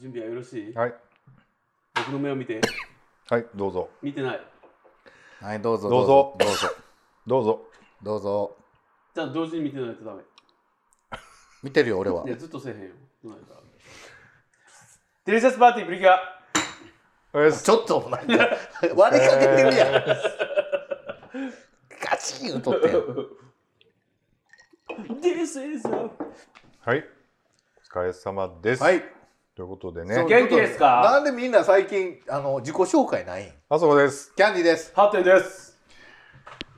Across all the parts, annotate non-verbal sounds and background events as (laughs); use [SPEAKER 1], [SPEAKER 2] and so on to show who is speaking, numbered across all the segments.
[SPEAKER 1] 準備はよろしい
[SPEAKER 2] はい、
[SPEAKER 1] 僕の目を見て
[SPEAKER 2] はい、どうぞ。
[SPEAKER 1] 見てない
[SPEAKER 3] はい、どうぞ
[SPEAKER 2] どうぞ
[SPEAKER 3] どうぞ
[SPEAKER 2] どうぞ。
[SPEAKER 3] どうぞ
[SPEAKER 1] じゃあ同時に見てないとダメ
[SPEAKER 3] 見てるよ俺はい
[SPEAKER 1] やずっとせえへんよなんかデリシャスパーティープリキュア
[SPEAKER 2] え
[SPEAKER 3] ちょっとなんか (laughs) 割りかけてるやん (laughs) ガチン言うとってん
[SPEAKER 1] This is a-
[SPEAKER 2] はい。お疲れ様です。
[SPEAKER 3] はい
[SPEAKER 2] ということで
[SPEAKER 3] そ
[SPEAKER 2] ね
[SPEAKER 3] う。
[SPEAKER 1] 元気ですか
[SPEAKER 3] なんでみんな最近あの自己紹介ないん
[SPEAKER 2] あそこです。
[SPEAKER 3] キャンディーです。
[SPEAKER 1] ハッテンです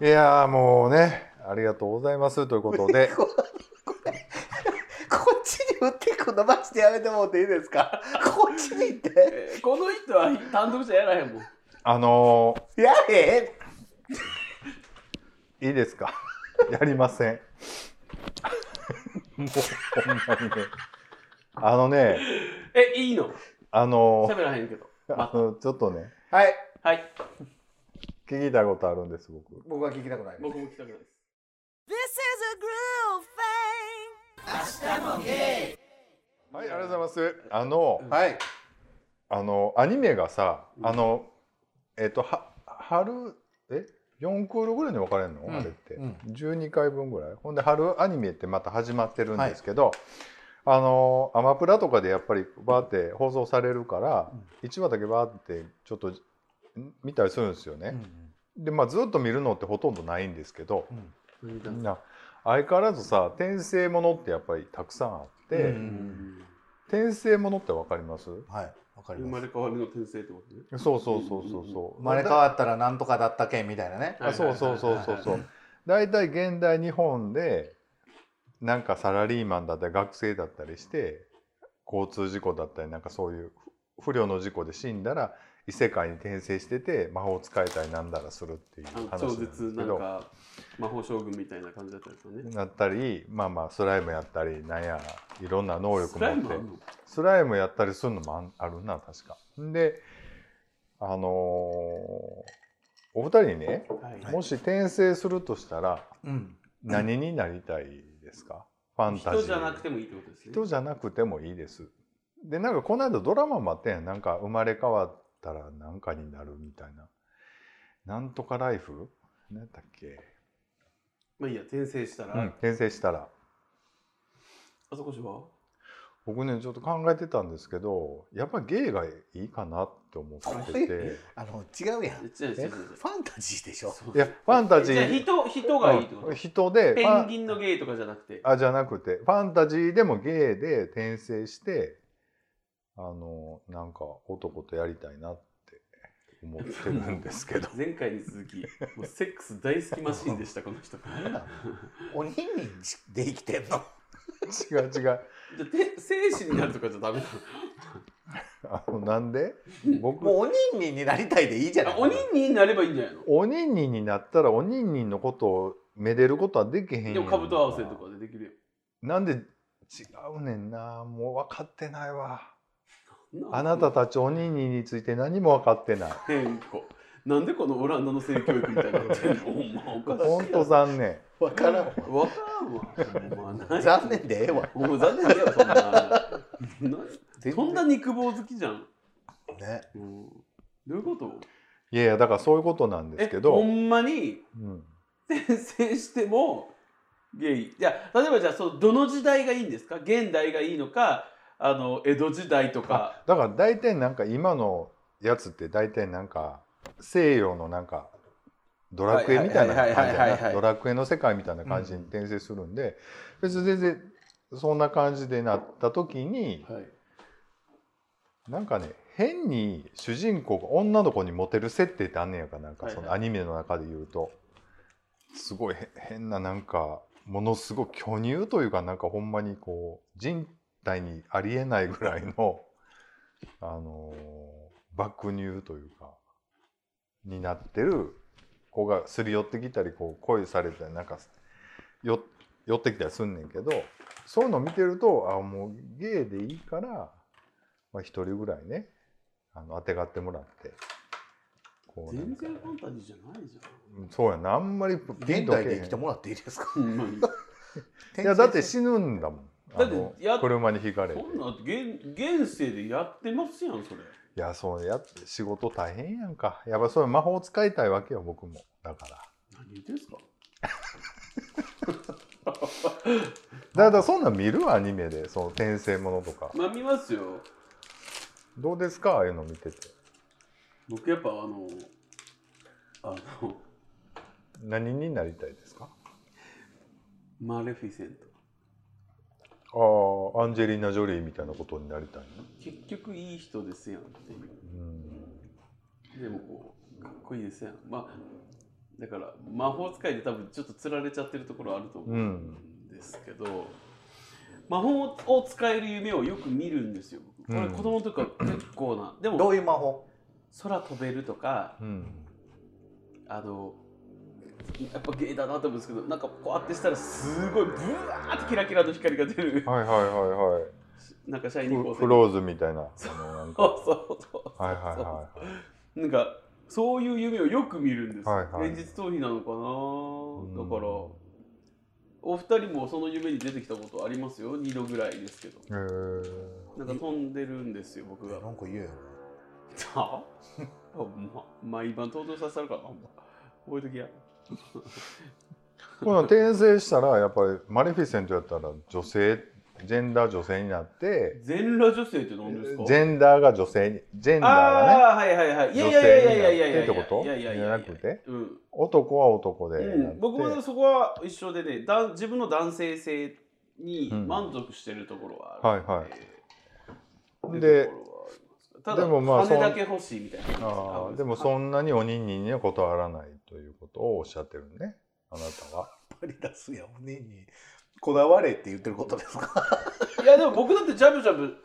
[SPEAKER 2] いやーもうね、ありがとうございますということで (laughs)
[SPEAKER 3] ここっちに打ってくのマジでやめてもらっていいですかこっちに行って
[SPEAKER 1] えーこの人は単独じゃやらへんもん
[SPEAKER 2] あの
[SPEAKER 3] やれ
[SPEAKER 2] ーいいですか (laughs) やりません。 (laughs) もうほんまにね。あのね、
[SPEAKER 1] えいいの
[SPEAKER 2] あの
[SPEAKER 1] 喋らへんけど
[SPEAKER 2] ーあのちょっとね、
[SPEAKER 3] はい
[SPEAKER 1] はい
[SPEAKER 2] 聞いたことあるんです、僕。
[SPEAKER 3] 僕は聞きたくない
[SPEAKER 1] 僕も聞きたくないです
[SPEAKER 4] This is a groove thing.
[SPEAKER 2] はい、ありがとうございます。あの、
[SPEAKER 3] はい
[SPEAKER 2] あのアニメがさ、あのえっ、とは春え4クールぐらいに分かれるの、
[SPEAKER 3] ん
[SPEAKER 2] あれって、
[SPEAKER 3] うん
[SPEAKER 2] 12回分ぐらいほんで春アニメってまた始まってるんですけど、あのアマプラとかでやっぱりバーって放送されるから、1話だけバーってちょっとん見たりするんですよね。でまあずっと見るのってほとんどないんですけど、
[SPEAKER 1] 何だ
[SPEAKER 2] な相変わらずさ転生ものってやっぱりたくさんあって、
[SPEAKER 3] う
[SPEAKER 1] うんん
[SPEAKER 2] 転生ものって分かります
[SPEAKER 3] はいわかり
[SPEAKER 1] 生
[SPEAKER 3] ま
[SPEAKER 1] ますれ変わりの転生ってことね
[SPEAKER 2] そうそうそうそうそう。
[SPEAKER 3] 生まれ変わったらなんとかだったけんみたいなね
[SPEAKER 1] はい
[SPEAKER 2] あそうそうそうそうそう。大体現代日本でなんかサラリーマンだったり学生だったりして交通事故だったりなんかそういう不不良の事故で死んだら異世界に転生してて魔法使えたりなんだらするっていう
[SPEAKER 1] あの
[SPEAKER 2] 話なん
[SPEAKER 1] 超
[SPEAKER 2] です
[SPEAKER 1] 絶
[SPEAKER 2] け
[SPEAKER 1] なん
[SPEAKER 2] ど。
[SPEAKER 1] か魔法将軍みたいな感じだったんですよね
[SPEAKER 2] なったりまあまあスライムやったりなんやいろんな能力
[SPEAKER 1] ス
[SPEAKER 2] 持
[SPEAKER 1] ライ
[SPEAKER 2] っ
[SPEAKER 1] ム
[SPEAKER 2] て
[SPEAKER 1] あんの
[SPEAKER 2] スライムやったりするのもあんあるな確か。であのーお二人にね
[SPEAKER 1] はい
[SPEAKER 2] もし転生するとしたら
[SPEAKER 3] うん
[SPEAKER 2] 何になりたいですか、ファンタジー
[SPEAKER 1] 人じゃなくてもいいってことですね
[SPEAKER 2] 人じゃなくてもいいですでなんかこの間ドラマもあってんなんか生まれ変わったら何かになるみたいななんとかライフ何やったっけ、
[SPEAKER 1] まあいいや転生したら、
[SPEAKER 2] うん、転生したら
[SPEAKER 1] あそこしは
[SPEAKER 2] 僕ねちょっと考えてたんですけどやっぱり芸がいいかなって思ってて
[SPEAKER 3] あの違うやん
[SPEAKER 1] え違う違う違う違う
[SPEAKER 3] ファンタジーでしょ
[SPEAKER 1] そう
[SPEAKER 2] いやファンタジ
[SPEAKER 1] じゃあ
[SPEAKER 2] ー
[SPEAKER 1] 人人がいいってこと、
[SPEAKER 2] うん人で
[SPEAKER 1] ペ
[SPEAKER 2] ファ
[SPEAKER 1] ンギンのゲイとかじゃなくて
[SPEAKER 2] あじゃなくてファンタジーでもゲイで転生してあのなんか男とやりたいなって思ってるんです
[SPEAKER 1] (laughs)
[SPEAKER 2] けど
[SPEAKER 1] 前回に続きもうセックス大好きマシンで
[SPEAKER 2] (laughs)
[SPEAKER 1] したこの人じゃあ
[SPEAKER 3] 鬼にで生きてんの
[SPEAKER 2] 違う違う
[SPEAKER 1] て精子になるとかじゃダメな
[SPEAKER 2] あのなんで僕
[SPEAKER 3] もう鬼にになりたいでいいじゃない
[SPEAKER 1] の鬼になればいいんじゃないの
[SPEAKER 2] おにんにんになったらおにんにんのことをめでることはできへんやん
[SPEAKER 1] でもカブト合わせとかでできるよ
[SPEAKER 2] なんで違うねんなもう分かってないわ
[SPEAKER 1] ん
[SPEAKER 2] あなたたちおにんにんについて何も分かってない
[SPEAKER 1] 変更なんでこのオランダの性教育みたいになってんのほんまおかしい
[SPEAKER 2] ほんと残念
[SPEAKER 3] わからんわ
[SPEAKER 1] わからんわほんま何
[SPEAKER 3] 残念でええわ
[SPEAKER 1] お前残念だよそんな
[SPEAKER 2] (laughs)
[SPEAKER 1] なとんだ肉棒好きじゃん、
[SPEAKER 3] ね
[SPEAKER 1] うん、どういうこと
[SPEAKER 2] いやいやだからそういうことなんですけ
[SPEAKER 1] えほ
[SPEAKER 2] ど、
[SPEAKER 1] んまに
[SPEAKER 2] うん、
[SPEAKER 1] 転生してもゲイいや例えばじゃあそのどの時代がいいんですか現代がいいのかあの江戸時代とか
[SPEAKER 2] だから大体なんか今のやつって大体なんか西洋のなんかドラクエみたいな
[SPEAKER 1] はいはい
[SPEAKER 2] 感
[SPEAKER 1] はい
[SPEAKER 2] じ
[SPEAKER 1] はいはい
[SPEAKER 2] やなドラクエの世界みたいな感じに転生するんで、別に全然そんな感じでなった時に
[SPEAKER 1] はい
[SPEAKER 2] なんかね変に主人公が女の子にモテる設定ってあんねやんかなんか
[SPEAKER 1] はいはい
[SPEAKER 2] そのアニメの中で言うとすごいへ変ななんかものすごい巨乳というかなんかほんまにこう人体にありえないぐらいの (laughs) あのー爆乳というかになってる子がすり寄ってきたりこう恋されたりなんかよ寄ってきたりすんねんけどそういうの見てるとあもうゲイでいいからまあ、一人ぐらいねあの当てがってもらってこうなん
[SPEAKER 1] 全
[SPEAKER 2] か
[SPEAKER 1] 然ファンタジーじゃないじゃ
[SPEAKER 2] うんそうやなあんまりピン
[SPEAKER 3] 現
[SPEAKER 2] とけえ
[SPEAKER 3] 代
[SPEAKER 2] へん
[SPEAKER 3] で生きてもらっていいですか
[SPEAKER 1] んほんまに
[SPEAKER 2] いやだって死ぬんだもん
[SPEAKER 1] だって
[SPEAKER 2] あの
[SPEAKER 1] やっ
[SPEAKER 2] 車にひかれて
[SPEAKER 1] そんな現現世でやってますやんそれ
[SPEAKER 2] いやそうやって仕事大変やんかやっぱそういう魔法使いたいわけよ僕もだから
[SPEAKER 1] 何言ってんすか
[SPEAKER 2] だからそんなん見るアニメでその転生ものとか
[SPEAKER 1] まあ見ますよ
[SPEAKER 2] どうですかああいうの見てて
[SPEAKER 1] 僕やっぱあのあの
[SPEAKER 2] 何になりたいですか
[SPEAKER 1] マレフィセント
[SPEAKER 2] ああアンジェリーナ・ジョリーみたいなことになりたいな
[SPEAKER 1] 結局いい人ですやんっていう
[SPEAKER 2] うん
[SPEAKER 1] でもこうかっこいいですやんまあだから魔法使いで多分ちょっとつられちゃってるところあると思
[SPEAKER 2] う
[SPEAKER 1] うんんですけど、魔法を使える夢をよく見るんですよ僕こ
[SPEAKER 2] う
[SPEAKER 1] れ
[SPEAKER 2] ん
[SPEAKER 1] 子供とか結構な、で
[SPEAKER 3] ど
[SPEAKER 1] も
[SPEAKER 3] ういう魔法
[SPEAKER 1] 空飛べるとか
[SPEAKER 2] うん
[SPEAKER 1] あのやっぱ芸だなと思うんですけどなんかこうやってしたらすごいブワーってキラキラの光が出る
[SPEAKER 2] はいはいはいはい
[SPEAKER 1] なんかシャイニー
[SPEAKER 2] フ
[SPEAKER 1] 光
[SPEAKER 2] フ
[SPEAKER 1] 線
[SPEAKER 2] ローズみたいなあのなんか
[SPEAKER 1] そうそうそう
[SPEAKER 2] はいはいはいはい
[SPEAKER 1] なんかそういう夢をよく見るんですよ、
[SPEAKER 2] はいはい
[SPEAKER 1] 現実逃避なのか
[SPEAKER 2] うん
[SPEAKER 1] なだからお二人もその夢に出てきたことありますよ2度ぐらいですけど
[SPEAKER 2] へー
[SPEAKER 1] なんか飛んでるんですよ僕
[SPEAKER 3] な
[SPEAKER 1] が
[SPEAKER 3] んか言えよ
[SPEAKER 1] はあほんま毎晩登場させるからほんま覚えときや
[SPEAKER 2] この転生したらやっぱりマレフィセントやったら女性ジェンダー女性になって
[SPEAKER 1] 全裸女性って何ですか
[SPEAKER 2] ジェンダーが女性にジェンダーがね
[SPEAKER 1] ああはいはいはいいやいやいやいやいやいやいやいやいやいやいやいや
[SPEAKER 2] 女性になってってこと
[SPEAKER 1] いやいやいやいや
[SPEAKER 2] じゃなくて
[SPEAKER 1] うん
[SPEAKER 2] 男は男でなっ
[SPEAKER 1] う
[SPEAKER 2] て
[SPEAKER 1] ん、僕もそこは一緒でねだん自分の男性性に
[SPEAKER 2] うん
[SPEAKER 1] 満足してるところはあるので、
[SPEAKER 2] はいはい
[SPEAKER 1] って
[SPEAKER 2] で
[SPEAKER 1] ところはありますただ
[SPEAKER 2] でもまあそ
[SPEAKER 1] 金
[SPEAKER 2] ん
[SPEAKER 1] だけ欲しいみたいな感じ
[SPEAKER 2] あーでも
[SPEAKER 1] う
[SPEAKER 2] そんなにおにんにんには断らないということをおっしゃってるねあなたは
[SPEAKER 3] 取り出すやんおねんにこだわれって言ってることですか
[SPEAKER 1] いやでも僕だってジャブジャブ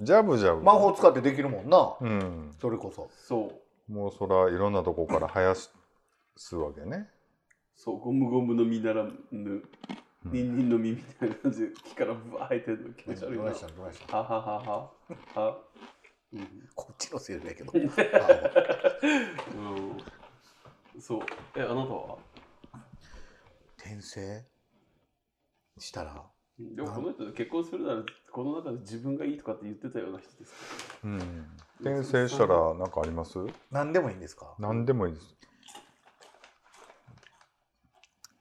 [SPEAKER 2] ジャブジャブ
[SPEAKER 3] (laughs) 魔法使ってできるもんな
[SPEAKER 2] うん
[SPEAKER 3] それこそ
[SPEAKER 1] そう
[SPEAKER 2] もうそらいろんなとこから生やすすわけね
[SPEAKER 1] そうゴムゴムの実ならぬ
[SPEAKER 2] うん
[SPEAKER 1] ニンニンの実みたいな感じで木からぶわー生えてるの気持
[SPEAKER 3] どない
[SPEAKER 1] ち悪いな、
[SPEAKER 3] したどないした
[SPEAKER 1] ははははは、うん
[SPEAKER 3] こっちのせいだけど (laughs) あ
[SPEAKER 1] うん、そうえあなたは
[SPEAKER 3] 転生したら
[SPEAKER 1] でもこの人と結婚するならこの中で自分がいいとかって言ってたような人ですか
[SPEAKER 2] うん転生したら何かあります
[SPEAKER 3] 何でもいいんですか
[SPEAKER 2] 何でもいいです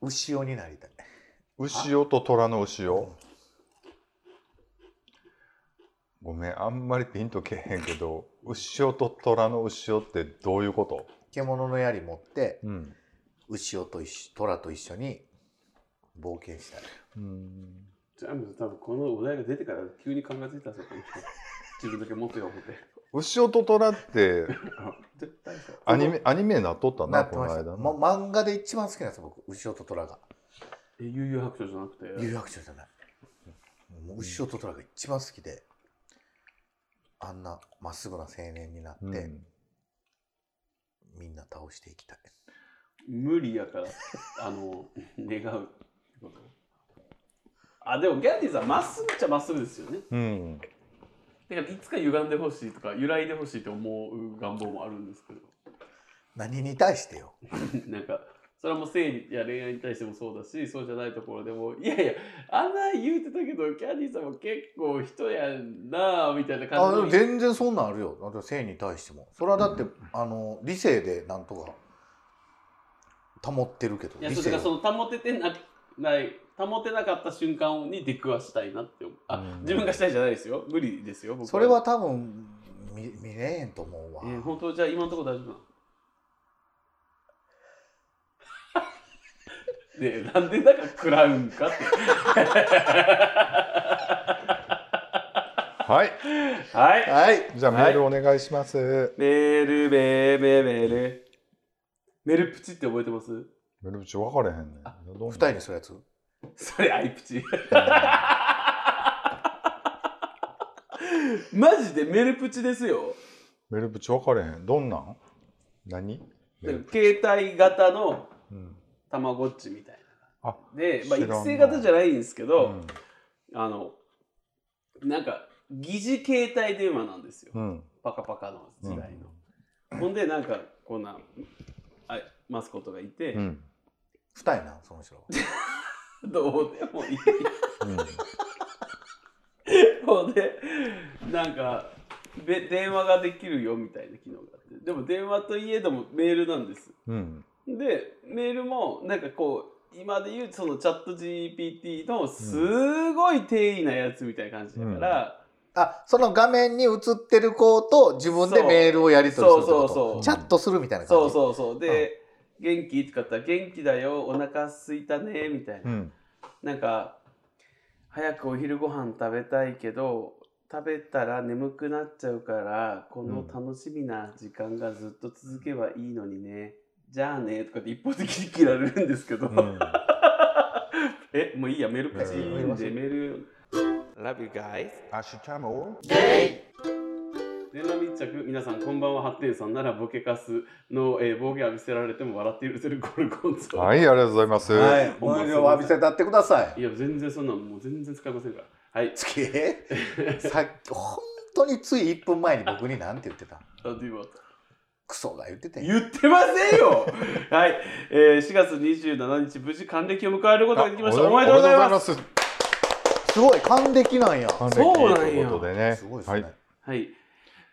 [SPEAKER 3] 牛尾になりたい
[SPEAKER 2] 牛尾と虎の牛尾ごめんあんまりピンとけえへんけど牛尾と虎の牛尾ってどういうこと
[SPEAKER 3] 獣の槍持って
[SPEAKER 2] うん
[SPEAKER 3] 牛尾と一緒虎と一緒に冒険したい
[SPEAKER 2] うん
[SPEAKER 1] ジャムズ多分このお題が出てから急に考えついたんですよ、この人自分だけ持ってよ思って。
[SPEAKER 2] 牛尾と虎って
[SPEAKER 1] 絶対そう
[SPEAKER 2] アニメアニメになっとった
[SPEAKER 3] な
[SPEAKER 2] な
[SPEAKER 3] って
[SPEAKER 2] こ
[SPEAKER 3] ま
[SPEAKER 2] の
[SPEAKER 3] した
[SPEAKER 2] 間
[SPEAKER 3] ま
[SPEAKER 2] の
[SPEAKER 3] 漫画で一番好きなんです僕牛尾と虎が
[SPEAKER 1] え悠々白書じゃなくて。
[SPEAKER 3] 有楽町じゃないもう牛尾と虎が一番好きであんなまっすぐな青年になって、
[SPEAKER 2] うん
[SPEAKER 3] みんな倒していきたい
[SPEAKER 1] 無理やから、 (laughs) あの、願うこと。あ、でもギャンディーさん、まっすぐっちゃまっすぐですよね。
[SPEAKER 2] うん
[SPEAKER 1] だからいつか歪んでほしいとか、揺らいでほしいと思う願望もあるんですけど、
[SPEAKER 3] 何に対してよ
[SPEAKER 1] (laughs) なんか、それはもう性や恋愛に対してもそうだし、そうじゃないところでも、いやいや、あんな言うてたけど、ギャンディーさんも結構人やんなぁ、みたいな
[SPEAKER 3] あ
[SPEAKER 1] 感
[SPEAKER 3] で
[SPEAKER 1] じ
[SPEAKER 3] も全然そんなんあるよだって性に対してもそれはだって、あの理性でなんとか保ってるけど
[SPEAKER 1] いや
[SPEAKER 3] 理
[SPEAKER 1] そうだ
[SPEAKER 3] 性
[SPEAKER 1] から
[SPEAKER 3] を
[SPEAKER 1] その保ててなない保てなかった瞬間に出くわしたいなって思うあ、
[SPEAKER 2] うん
[SPEAKER 1] 自分がしたいじゃないですよ無理ですよ僕
[SPEAKER 3] それは、多分見見れへんと思うわ、
[SPEAKER 1] えー、本当じゃあ今のところ大丈夫なの (laughs) ねえなんでなんか食らうんかって
[SPEAKER 2] は
[SPEAKER 1] は
[SPEAKER 2] い
[SPEAKER 1] い
[SPEAKER 3] はい
[SPEAKER 2] じゃあメ
[SPEAKER 1] はい
[SPEAKER 2] ールお願いします、
[SPEAKER 1] メールメーメーメールメルプチって覚えてます
[SPEAKER 2] メールうち分かれへんねんどう
[SPEAKER 3] 二人にするやつ
[SPEAKER 1] それアイプチマジでメルプチですよ
[SPEAKER 2] メルプチ分かれへんどんなん何メル
[SPEAKER 1] 携帯型の
[SPEAKER 2] うん
[SPEAKER 1] たまごっちみたいな
[SPEAKER 2] あ
[SPEAKER 1] で、まあ、
[SPEAKER 2] 知らんな
[SPEAKER 1] 育成型じゃないんですけ
[SPEAKER 2] う
[SPEAKER 1] ど、
[SPEAKER 2] ん
[SPEAKER 1] あのなんか疑似携帯電話なんですよ、
[SPEAKER 2] うん
[SPEAKER 1] パカパカの時代の、ほんでなんかこんなあマスコットがいて、
[SPEAKER 2] うん
[SPEAKER 3] 二重なんその人は
[SPEAKER 1] どうでもいい。
[SPEAKER 2] うん
[SPEAKER 1] ほんで、なんか、で電話ができるよみたいな機能があって。でも電話といえどもメールなんです。
[SPEAKER 2] うん
[SPEAKER 1] で、メールも、なんかこう、今で言うそのチャット GPT のすごい定位なやつみたいな感じだから、
[SPEAKER 3] あその画面に映ってる子と自分でメールをやり取りするってこ
[SPEAKER 1] そう
[SPEAKER 3] と
[SPEAKER 1] そうそう
[SPEAKER 3] チャットするみたいな感じ
[SPEAKER 1] そうそうそう。で、元気って言ったら、元気だよ、お腹すいたね、みたいな
[SPEAKER 2] う。ん
[SPEAKER 1] なんか早くお昼ご飯食べたいけど食べたら眠くなっちゃうからこの楽しみな時間がずっと続けばいいのにね、じゃあねとかって一方的に切られるんですけど、
[SPEAKER 2] うん
[SPEAKER 1] (laughs) えもういいやメールパチ
[SPEAKER 2] えー
[SPEAKER 1] ーンでメール Love you guys
[SPEAKER 2] 明日も
[SPEAKER 1] 電話密着皆さんこんばんはハッテンさんならボケカスの、えー、暴言浴びせられても笑って許せるコルコンツ
[SPEAKER 2] はいありがとうございます、
[SPEAKER 3] はいもう浴びせたってください
[SPEAKER 1] いや全然そんなんもう全然使いませんからはい
[SPEAKER 3] つけさっき本当につい1分前に僕に何て言ってた
[SPEAKER 1] あでは
[SPEAKER 3] クソが言ってて
[SPEAKER 1] 言ってません (laughs) よはい、えー、4月27日無事還暦を迎えることができましたおめでとうございます
[SPEAKER 2] す
[SPEAKER 3] すごい還暦なんや
[SPEAKER 2] 還暦
[SPEAKER 1] そうなんや
[SPEAKER 2] ということでね
[SPEAKER 3] すごいです
[SPEAKER 2] は
[SPEAKER 3] ね、
[SPEAKER 2] い
[SPEAKER 1] はい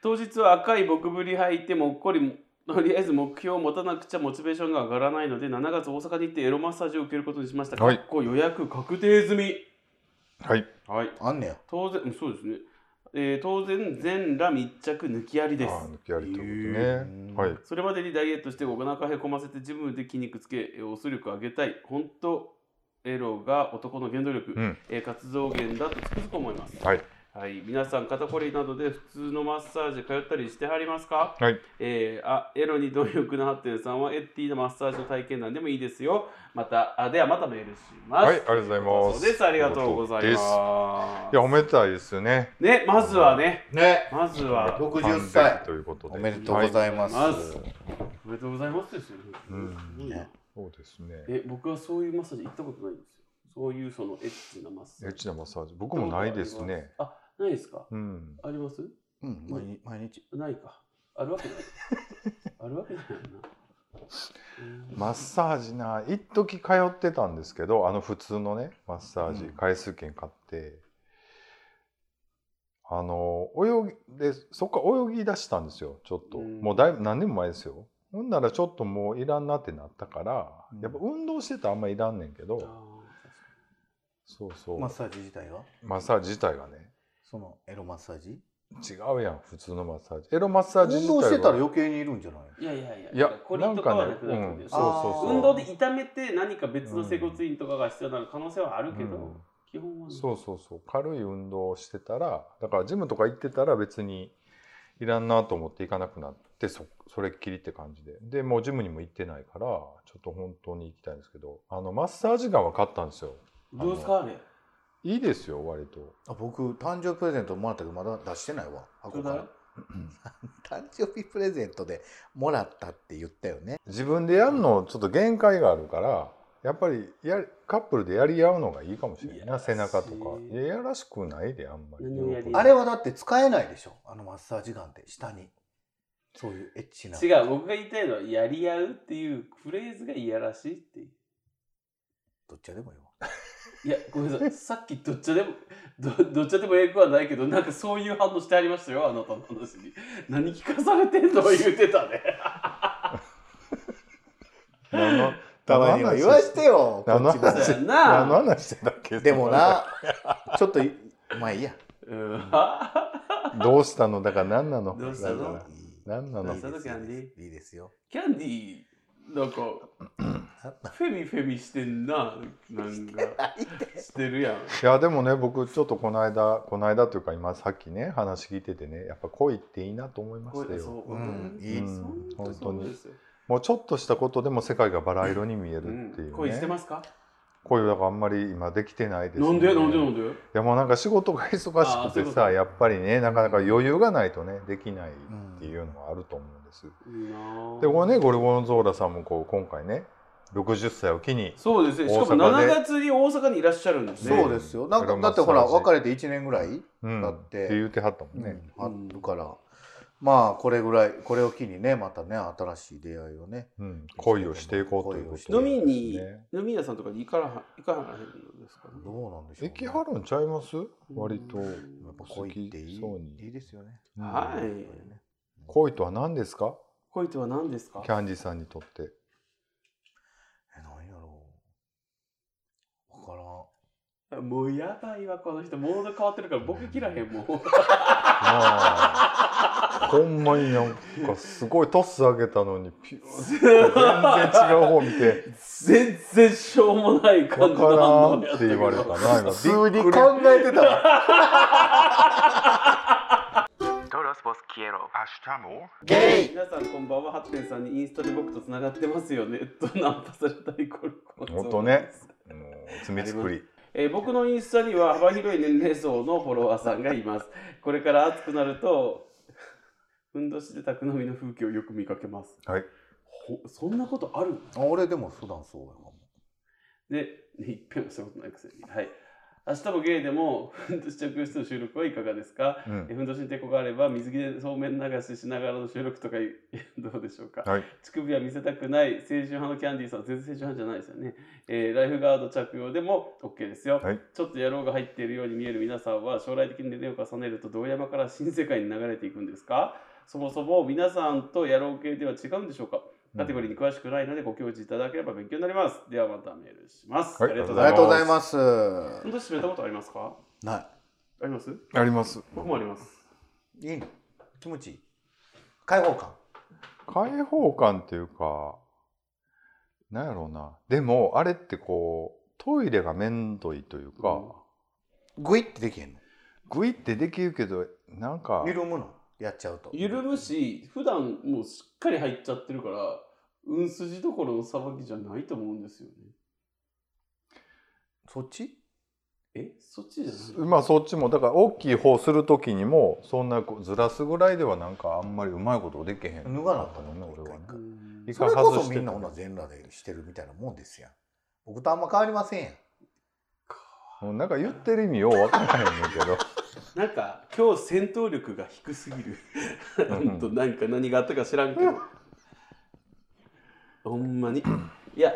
[SPEAKER 1] 当日は赤い僕ぶり履いてもっこりもとりあえず目標を持たなくちゃモチベーションが上がらないので7月大阪に行ってエロマッサージを受けることにしました、
[SPEAKER 2] はい
[SPEAKER 1] かっこ予約確定済み
[SPEAKER 2] はい
[SPEAKER 1] はい
[SPEAKER 3] あんねや
[SPEAKER 1] 当然うんそうですね、えー当然全裸密着抜きあり
[SPEAKER 2] あ
[SPEAKER 1] です
[SPEAKER 2] ー抜きありということで
[SPEAKER 3] へ
[SPEAKER 2] ね
[SPEAKER 3] ー
[SPEAKER 2] はい
[SPEAKER 1] それまでにダイエットしてお腹へこませてジムで筋肉つけえー押す力上げたい本当エロが男の原動力、
[SPEAKER 2] うん
[SPEAKER 1] えー活動源だとつくづく思います、
[SPEAKER 2] はい
[SPEAKER 1] はい、皆さん肩こりなどで普通のマッサージ通ったりしてはりますか、
[SPEAKER 2] はい
[SPEAKER 1] えーあエロに貪欲なハッテンさんはエッティのマッサージの体験談でもいいですよまたあではまたメールします、
[SPEAKER 2] はいありがとうございます
[SPEAKER 1] そうですありがとうございま
[SPEAKER 2] い
[SPEAKER 1] す
[SPEAKER 2] やおめでたいですよね
[SPEAKER 1] ねまずはね
[SPEAKER 3] ね
[SPEAKER 1] まずは
[SPEAKER 2] 還
[SPEAKER 3] 60
[SPEAKER 2] 暦
[SPEAKER 3] 歳
[SPEAKER 2] ということで
[SPEAKER 3] おめでとうございます、
[SPEAKER 1] はいおめでとうございますですよ、
[SPEAKER 2] うん
[SPEAKER 3] ね
[SPEAKER 2] そうですね
[SPEAKER 1] え僕はそういうマッサージ行ったことないんですよそういうそのエッチなマッサ
[SPEAKER 2] エ
[SPEAKER 1] ー
[SPEAKER 2] ッ
[SPEAKER 1] ジ
[SPEAKER 2] チなマッサージ僕もないですね
[SPEAKER 1] あないですか
[SPEAKER 2] うん
[SPEAKER 1] あります
[SPEAKER 3] うん、毎日毎日
[SPEAKER 1] ないかあるわけない (laughs) あるわけないよな
[SPEAKER 2] マッサージな一時通ってたんですけどあの普通のねマッサージ
[SPEAKER 3] うん
[SPEAKER 2] 回数券買って、あの泳ぎでそこから泳ぎ出したんですよちょっと、
[SPEAKER 1] うん
[SPEAKER 2] もうだいぶ何年も前ですよほんならちょっともういらんなってなったから、
[SPEAKER 3] うん
[SPEAKER 2] やっぱ運動してたらあんまいらんねんけど、
[SPEAKER 1] うんあ
[SPEAKER 2] そうそう
[SPEAKER 3] マッ
[SPEAKER 2] マ
[SPEAKER 3] サージ自体が
[SPEAKER 2] ッサージ自体がね
[SPEAKER 3] そのエロマッサージ
[SPEAKER 2] 違うやん普通のマッサージエロマッサージ
[SPEAKER 3] 運
[SPEAKER 2] 自体
[SPEAKER 3] 動してたら
[SPEAKER 2] は
[SPEAKER 3] 余計にいるんじゃない
[SPEAKER 1] ーいやいやいや
[SPEAKER 2] いや
[SPEAKER 1] これ
[SPEAKER 2] なん
[SPEAKER 1] とかは
[SPEAKER 2] か
[SPEAKER 1] な
[SPEAKER 2] ね、
[SPEAKER 1] く
[SPEAKER 2] う
[SPEAKER 1] なる
[SPEAKER 2] ん、そう
[SPEAKER 1] けど
[SPEAKER 2] そうそう
[SPEAKER 1] 運動で痛めて何か別の整骨院とかが必要な可能性はあるけど、
[SPEAKER 2] うん
[SPEAKER 1] 基本はね
[SPEAKER 2] そうそうそう軽い運動をしてたらだからジムとか行ってたら別にいらんなと思って行かなくなってそそれっきりって感じででもうジムにも行ってないからちょっと本当に行きたいんですけどあのマッサージガンは買ったんですよ
[SPEAKER 1] どうですかあれ
[SPEAKER 2] いいですよ割と
[SPEAKER 3] あ僕誕生日プレゼントもらったけどまだ出してないわ箱か
[SPEAKER 1] ちょう
[SPEAKER 3] ら誕生日プレゼントでもらったって言ったよね
[SPEAKER 2] 自分でやるのちょっと限界があるからやっぱりやカップルでやり合うのがいいかもしれない
[SPEAKER 1] いや
[SPEAKER 2] な背中とか
[SPEAKER 1] し
[SPEAKER 2] いややらしくないであんまり
[SPEAKER 1] 何をやり
[SPEAKER 2] 両
[SPEAKER 3] あ
[SPEAKER 2] 方
[SPEAKER 3] れはだって使えないでしょあのマッサージガンって下にそういうエッチな
[SPEAKER 1] 違う僕が言いたいのはやり合うっていうフレーズがいやらしいっていう
[SPEAKER 3] どっちでもいいわ
[SPEAKER 1] いや、ごめんなさい。さっきどっちでも、どどっちでもええくはないけど、なんかそういう反応してありましたよ、あなたの話に。何聞かされてんの言ってたね。
[SPEAKER 2] 何の
[SPEAKER 3] たまには言わしてよこ
[SPEAKER 2] 何の
[SPEAKER 3] っちも
[SPEAKER 2] 話
[SPEAKER 1] そうやん
[SPEAKER 2] 何の
[SPEAKER 1] な。
[SPEAKER 2] 話してたっけ
[SPEAKER 3] でもなちょっとまあいいや
[SPEAKER 1] うん。
[SPEAKER 2] どうしたのだから何なの
[SPEAKER 1] どうしたの
[SPEAKER 2] だから何な
[SPEAKER 1] ど
[SPEAKER 2] の
[SPEAKER 1] うしたのキャンディ
[SPEAKER 3] いいですよ
[SPEAKER 1] キャンディー、なんか、フェミフェミしてんな。なんか、してるやん。
[SPEAKER 2] いやでもね僕ちょっとこの間この間というか今さっきね話聞いててねやっぱ恋っていいなと思いま
[SPEAKER 1] こ
[SPEAKER 2] した
[SPEAKER 1] れ
[SPEAKER 2] よ
[SPEAKER 1] そう。
[SPEAKER 3] うんい
[SPEAKER 2] い
[SPEAKER 1] 本当にそうですよ。
[SPEAKER 2] もうちょっとしたことでも世界がバラ色に見え
[SPEAKER 1] う
[SPEAKER 2] るってい
[SPEAKER 1] ん
[SPEAKER 2] う
[SPEAKER 1] 恋
[SPEAKER 2] ね、
[SPEAKER 1] してますか
[SPEAKER 2] 恋はだからあんまり今できてないです、ね、
[SPEAKER 1] なんでなんでないんで
[SPEAKER 2] やもうなんか仕事が
[SPEAKER 1] あ
[SPEAKER 2] 忙
[SPEAKER 1] ー
[SPEAKER 2] し
[SPEAKER 1] そう
[SPEAKER 2] く
[SPEAKER 1] いう
[SPEAKER 2] て
[SPEAKER 1] こと
[SPEAKER 2] さやっぱりねなかなか余裕がないとねできないっていうのはあると思うんです、
[SPEAKER 1] いいなぁ
[SPEAKER 2] でこれねゴルゴンゾーラさんもこう今回ね60歳を機に
[SPEAKER 1] そうですね。しかも
[SPEAKER 2] 大阪
[SPEAKER 1] 7
[SPEAKER 2] で
[SPEAKER 1] 月に大阪にいらっしゃるんですね。
[SPEAKER 3] そうですよなん
[SPEAKER 2] こ
[SPEAKER 3] か
[SPEAKER 2] れ
[SPEAKER 3] だってほ
[SPEAKER 2] マ
[SPEAKER 3] ら
[SPEAKER 2] ッサージ
[SPEAKER 3] 別れて1年ぐらい
[SPEAKER 2] うん
[SPEAKER 3] だって
[SPEAKER 2] 言うてはったもんね、
[SPEAKER 3] あるからまあこれぐらいこれを機にねまたね新しい出会いをね
[SPEAKER 2] うん、恋をしていこうということ
[SPEAKER 1] 飲みに、
[SPEAKER 2] ね
[SPEAKER 1] 飲み屋さんとかに行かな行かはらへんのですかね
[SPEAKER 3] どうなんでしょう、ね、
[SPEAKER 2] 駅張るんちゃいます割と
[SPEAKER 3] やっぱ恋っていい
[SPEAKER 2] 好きそうに
[SPEAKER 3] いいですよね
[SPEAKER 2] うん
[SPEAKER 1] はい
[SPEAKER 2] 恋とは何ですか
[SPEAKER 1] 恋とは何ですか
[SPEAKER 2] キャンディさんにとって
[SPEAKER 3] え何やろう分からん
[SPEAKER 1] もうやばいわこの人モード変わってるからボケ切らへんもう
[SPEAKER 2] ま
[SPEAKER 1] (laughs)
[SPEAKER 2] あほんまになんかすごいトス上げたのにピュー全然違う方見て
[SPEAKER 1] (laughs) 全然しょうもない
[SPEAKER 2] わ
[SPEAKER 1] 感じ
[SPEAKER 2] か
[SPEAKER 1] の
[SPEAKER 2] らん
[SPEAKER 1] や
[SPEAKER 2] っ
[SPEAKER 1] ったけ
[SPEAKER 2] て言
[SPEAKER 1] ど
[SPEAKER 2] われたな今
[SPEAKER 3] 普通に考
[SPEAKER 1] (laughs)
[SPEAKER 3] えてたわゲイ
[SPEAKER 1] 皆さんこんばんは、ハッテンさんにインスタで僕とつながってますよねとナンパされたイコールこの
[SPEAKER 2] 本当ねもう爪作り
[SPEAKER 1] えー僕のインスタには幅広い年齢層のフォロワーさんがいます。これから暑くなると、ふんどしで宅飲みの風景をよく見かけます。
[SPEAKER 2] はい
[SPEAKER 1] ほそんなことある
[SPEAKER 3] あ俺でも普段そうやかも
[SPEAKER 1] ね、ね、いっぺんもしたことないくせに。はい。明日もゲイでも、ふんどし着用室の収録はいかがですか
[SPEAKER 2] う
[SPEAKER 1] えー
[SPEAKER 2] ん
[SPEAKER 1] ふんどしに抵抗があれば、水着でそうめん流ししながらの収録とかいどうでしょうか
[SPEAKER 2] はい
[SPEAKER 1] 乳首は見せたくない青春派のキャンディーさん全然青春派じゃないですよね、えーライフガード着用でも OK ですよ、
[SPEAKER 2] はい
[SPEAKER 1] ちょっと野郎が入っているように見える皆さんは将来的に年齢を重ねると道山から新世界に流れていくんですかそもそも皆さんと野郎系では違うんでしょうかカテゴリーに詳しくないのでご教示いただければ勉強になりますではまたメールします、
[SPEAKER 2] はい
[SPEAKER 1] ありがとう
[SPEAKER 3] あ
[SPEAKER 1] ご
[SPEAKER 3] り
[SPEAKER 1] ざい
[SPEAKER 3] が
[SPEAKER 1] ま
[SPEAKER 3] とう
[SPEAKER 1] す
[SPEAKER 3] ございま
[SPEAKER 1] 本
[SPEAKER 3] す
[SPEAKER 1] 当に締めたことありますか
[SPEAKER 3] な
[SPEAKER 1] あります
[SPEAKER 2] あります
[SPEAKER 1] 僕もあります
[SPEAKER 3] いいいの気持ちいい開放感
[SPEAKER 2] 開放感っていうかなんやろうなでもあれってこうトイレがめんどいというか、
[SPEAKER 3] グイってできへんの
[SPEAKER 2] グイってできるけどなんか
[SPEAKER 3] 緩むのやっちゃうと
[SPEAKER 1] 緩むし普段もうしっかり入っちゃってるからうんすじどころのさばきじゃないと思うんですよね
[SPEAKER 3] そっち
[SPEAKER 1] えそっちじゃない
[SPEAKER 2] まあそっちもだから大きい方する時にもそんなこうずらすぐらいではなんかあんまりうまいことできへん
[SPEAKER 3] 脱がなあかんの
[SPEAKER 2] ね俺はね
[SPEAKER 3] 一回
[SPEAKER 1] うん
[SPEAKER 2] 一
[SPEAKER 3] そ
[SPEAKER 2] 回
[SPEAKER 3] れこ
[SPEAKER 2] 外
[SPEAKER 3] そ
[SPEAKER 2] して
[SPEAKER 3] みんなほな全裸でしてるみたいなもんですやん僕とあんま変わりませんやん
[SPEAKER 2] うんなんか言ってる意味よう分からへんねんけど (laughs)
[SPEAKER 1] なんか今日戦闘力が低すぎる
[SPEAKER 2] うん
[SPEAKER 1] ほんとなんか何があったか知らんけ
[SPEAKER 2] (laughs)
[SPEAKER 1] どほんまにいや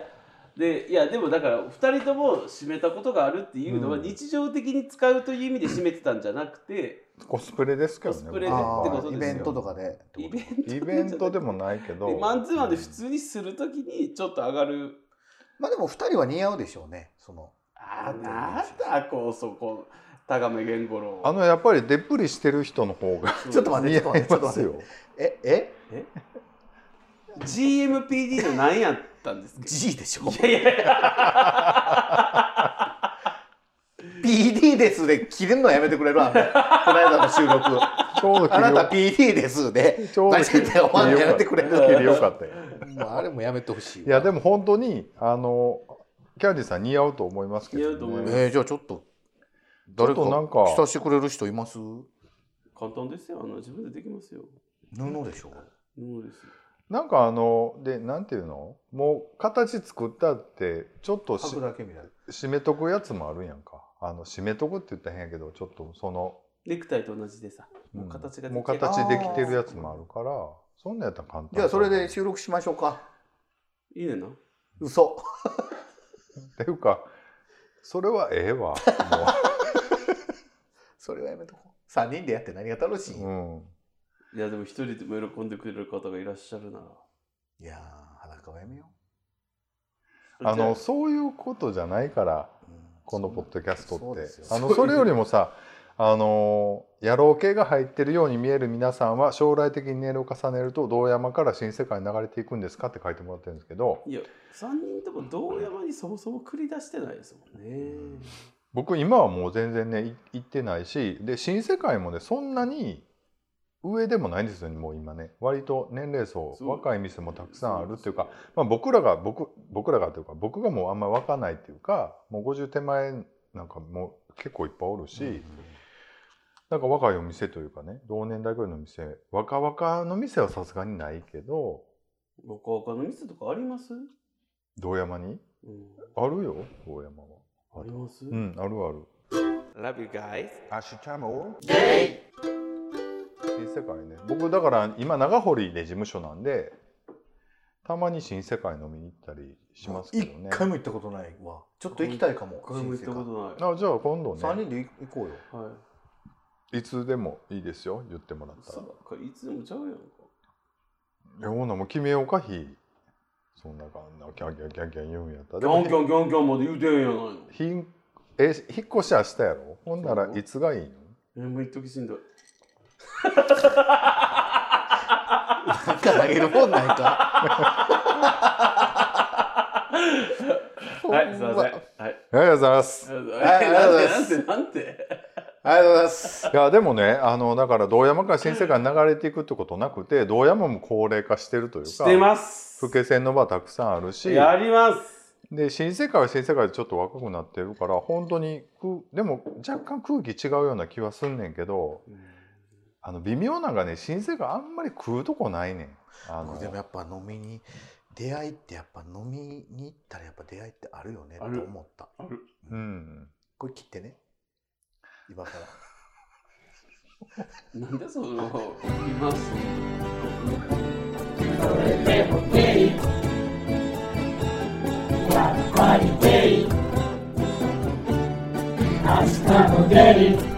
[SPEAKER 1] でいやでもだから2人とも締めたことがあるっていうのは
[SPEAKER 2] うん
[SPEAKER 1] 日常的に使うという意味で締めてたんじゃなくて
[SPEAKER 2] コスプレですけどね
[SPEAKER 1] コスプレで
[SPEAKER 3] あ
[SPEAKER 1] ってこ
[SPEAKER 3] あ
[SPEAKER 1] と
[SPEAKER 3] イ
[SPEAKER 1] ですよ
[SPEAKER 3] ベントとかで
[SPEAKER 1] イベント
[SPEAKER 2] イベントでもないけ
[SPEAKER 1] で
[SPEAKER 2] ど
[SPEAKER 1] マンツーマンで普通にするときにちょっと上がる
[SPEAKER 3] まあでも二人は似合うでしょうねその
[SPEAKER 1] あなんだこうそこ高め源五郎
[SPEAKER 2] あのやっぱりでっぷりしてる人の方が
[SPEAKER 3] ちょっと待っ
[SPEAKER 2] 似
[SPEAKER 3] てちょっと
[SPEAKER 2] 合
[SPEAKER 3] 待っ
[SPEAKER 2] い
[SPEAKER 3] てちょっと
[SPEAKER 2] ます
[SPEAKER 3] 待って
[SPEAKER 2] よ
[SPEAKER 3] ええ
[SPEAKER 1] GMPD の何やったんですか
[SPEAKER 3] G でしょ
[SPEAKER 1] いやいやいや
[SPEAKER 3] PD ですで切れるのやめてくれるあんたこの間の収録
[SPEAKER 2] ちょうど切
[SPEAKER 3] あ
[SPEAKER 2] り
[SPEAKER 3] な
[SPEAKER 2] よ
[SPEAKER 3] た PD ですで
[SPEAKER 2] ちょうど
[SPEAKER 3] マ
[SPEAKER 2] 切
[SPEAKER 3] ジ
[SPEAKER 2] り
[SPEAKER 3] でお前やめてくれる
[SPEAKER 2] 切りよかったよ
[SPEAKER 3] もうあれもやめてほしいわ
[SPEAKER 2] いやでも本当にあのキャンディーさん似合うと思いますけど、ね、
[SPEAKER 1] 似合うと思います
[SPEAKER 3] えー、じゃあちょっと誰
[SPEAKER 2] ちょっとなんか
[SPEAKER 3] か着させてくれる人います布
[SPEAKER 1] 簡単ですよあの自分でできますよ
[SPEAKER 3] でしょ
[SPEAKER 1] そうですよ
[SPEAKER 2] なんかあのでなんていうのもう形作ったってちょっとし
[SPEAKER 3] だけみたいな
[SPEAKER 2] 締めとくやつもあるやんかあの締めとくって言ったら変やけどちょっとその、
[SPEAKER 1] ネクタイと同じでさ
[SPEAKER 2] うん
[SPEAKER 1] もう形が
[SPEAKER 2] もう
[SPEAKER 1] きてる
[SPEAKER 2] 形できてるやつもあるからそんなんやったら簡単
[SPEAKER 3] じゃあそれで収録しましょうか
[SPEAKER 1] いいねんな
[SPEAKER 3] 嘘
[SPEAKER 2] っていうかそれはええわ
[SPEAKER 3] それはやめとこう3人でやって何が楽しい、
[SPEAKER 1] (laughs)
[SPEAKER 2] もう、うん、
[SPEAKER 1] いやでも一人でも喜んでくれる方がいらっしゃるなら
[SPEAKER 3] いやー裸はやめよ
[SPEAKER 2] あ
[SPEAKER 1] じゃ
[SPEAKER 2] のそういうことじゃないから
[SPEAKER 3] う、うん
[SPEAKER 2] このポッドキャスト
[SPEAKER 3] そう
[SPEAKER 2] っ
[SPEAKER 3] で
[SPEAKER 2] て
[SPEAKER 3] すよ
[SPEAKER 2] そあ
[SPEAKER 1] そうい
[SPEAKER 2] の
[SPEAKER 1] う
[SPEAKER 2] それよりもさあの野郎系が入ってるように見える皆さんは将来的に年齢を重ねると道山から新世界に流れていくんですかって書いてもらってるんですけど
[SPEAKER 1] いや3人とも道山にそもそも繰り出してないですもんね
[SPEAKER 2] 僕今はもう全然ねい行ってないしで新世界もねそんなに上でもないんですよねもう今ね割と年齢層
[SPEAKER 1] そう
[SPEAKER 2] 若い店もたくさんあるっていうかまあ、僕らが僕僕らがというか僕がもうあんまり若ないっていうかもう50手前なんかもう結構いっぱいおるし、なんか若いお店というかね同年代ぐらいの店若々の店はさすがにないけど
[SPEAKER 1] 若々の店とかあります、
[SPEAKER 2] 堂山に
[SPEAKER 1] うん、
[SPEAKER 2] あるよ堂山は。
[SPEAKER 1] あります、
[SPEAKER 2] うんあるある。
[SPEAKER 1] Love you guys
[SPEAKER 2] 明日も
[SPEAKER 3] ゲイ
[SPEAKER 2] 新世界ね僕だから今長堀で事務所なんでたまに新世界飲みに行ったりしますけどね
[SPEAKER 3] 一回も行ったことないわちょっと行きたいかも
[SPEAKER 1] これも行ったこと
[SPEAKER 2] あじゃあ今度
[SPEAKER 3] 3
[SPEAKER 2] ね
[SPEAKER 3] 人で行こうよ
[SPEAKER 1] ない。はい。
[SPEAKER 2] いつでもいいですよ言ってもらった
[SPEAKER 1] そう
[SPEAKER 2] ら
[SPEAKER 1] か、いつでもちゃうやんか。
[SPEAKER 2] いやほなもう決めようか日そんな感じキャンキャンキャンキャン言うんやったら
[SPEAKER 1] ギ
[SPEAKER 2] で
[SPEAKER 1] ャ
[SPEAKER 2] も
[SPEAKER 1] ンギャンギャンギャンまで言うてんやないの。
[SPEAKER 2] ひんえ引っ越し明日やろほんならいつがいいの
[SPEAKER 1] え、もう一時しんどい。
[SPEAKER 3] なんか投げるもんないか
[SPEAKER 1] (laughs) はい、すいません。はい。
[SPEAKER 2] いやいやざいます
[SPEAKER 3] ありがとうござい
[SPEAKER 1] (laughs)
[SPEAKER 3] ま
[SPEAKER 1] なんて、
[SPEAKER 3] す
[SPEAKER 1] なんて、なんて。
[SPEAKER 3] ありがとうございます
[SPEAKER 2] いやでもねあのだから堂山から新世界に流れていくってことなくて堂山も高齢化してるというか
[SPEAKER 1] してます。
[SPEAKER 2] 老け線の場たくさんあるし
[SPEAKER 1] やります。
[SPEAKER 2] で新世界は新世界でちょっと若くなってるから本当にくでも若干空気違うような気はすんねんけどあの微妙なんがね新世界あんまり食うとこないねん。あの
[SPEAKER 3] 僕でもやっぱ飲みに出会いってやっぱ飲みに行ったらやっぱ出会いってあるよねと
[SPEAKER 1] ある
[SPEAKER 3] 思った
[SPEAKER 2] うん
[SPEAKER 3] これ切ってね今から
[SPEAKER 1] なんでその、います。
[SPEAKER 5] Hasta poder,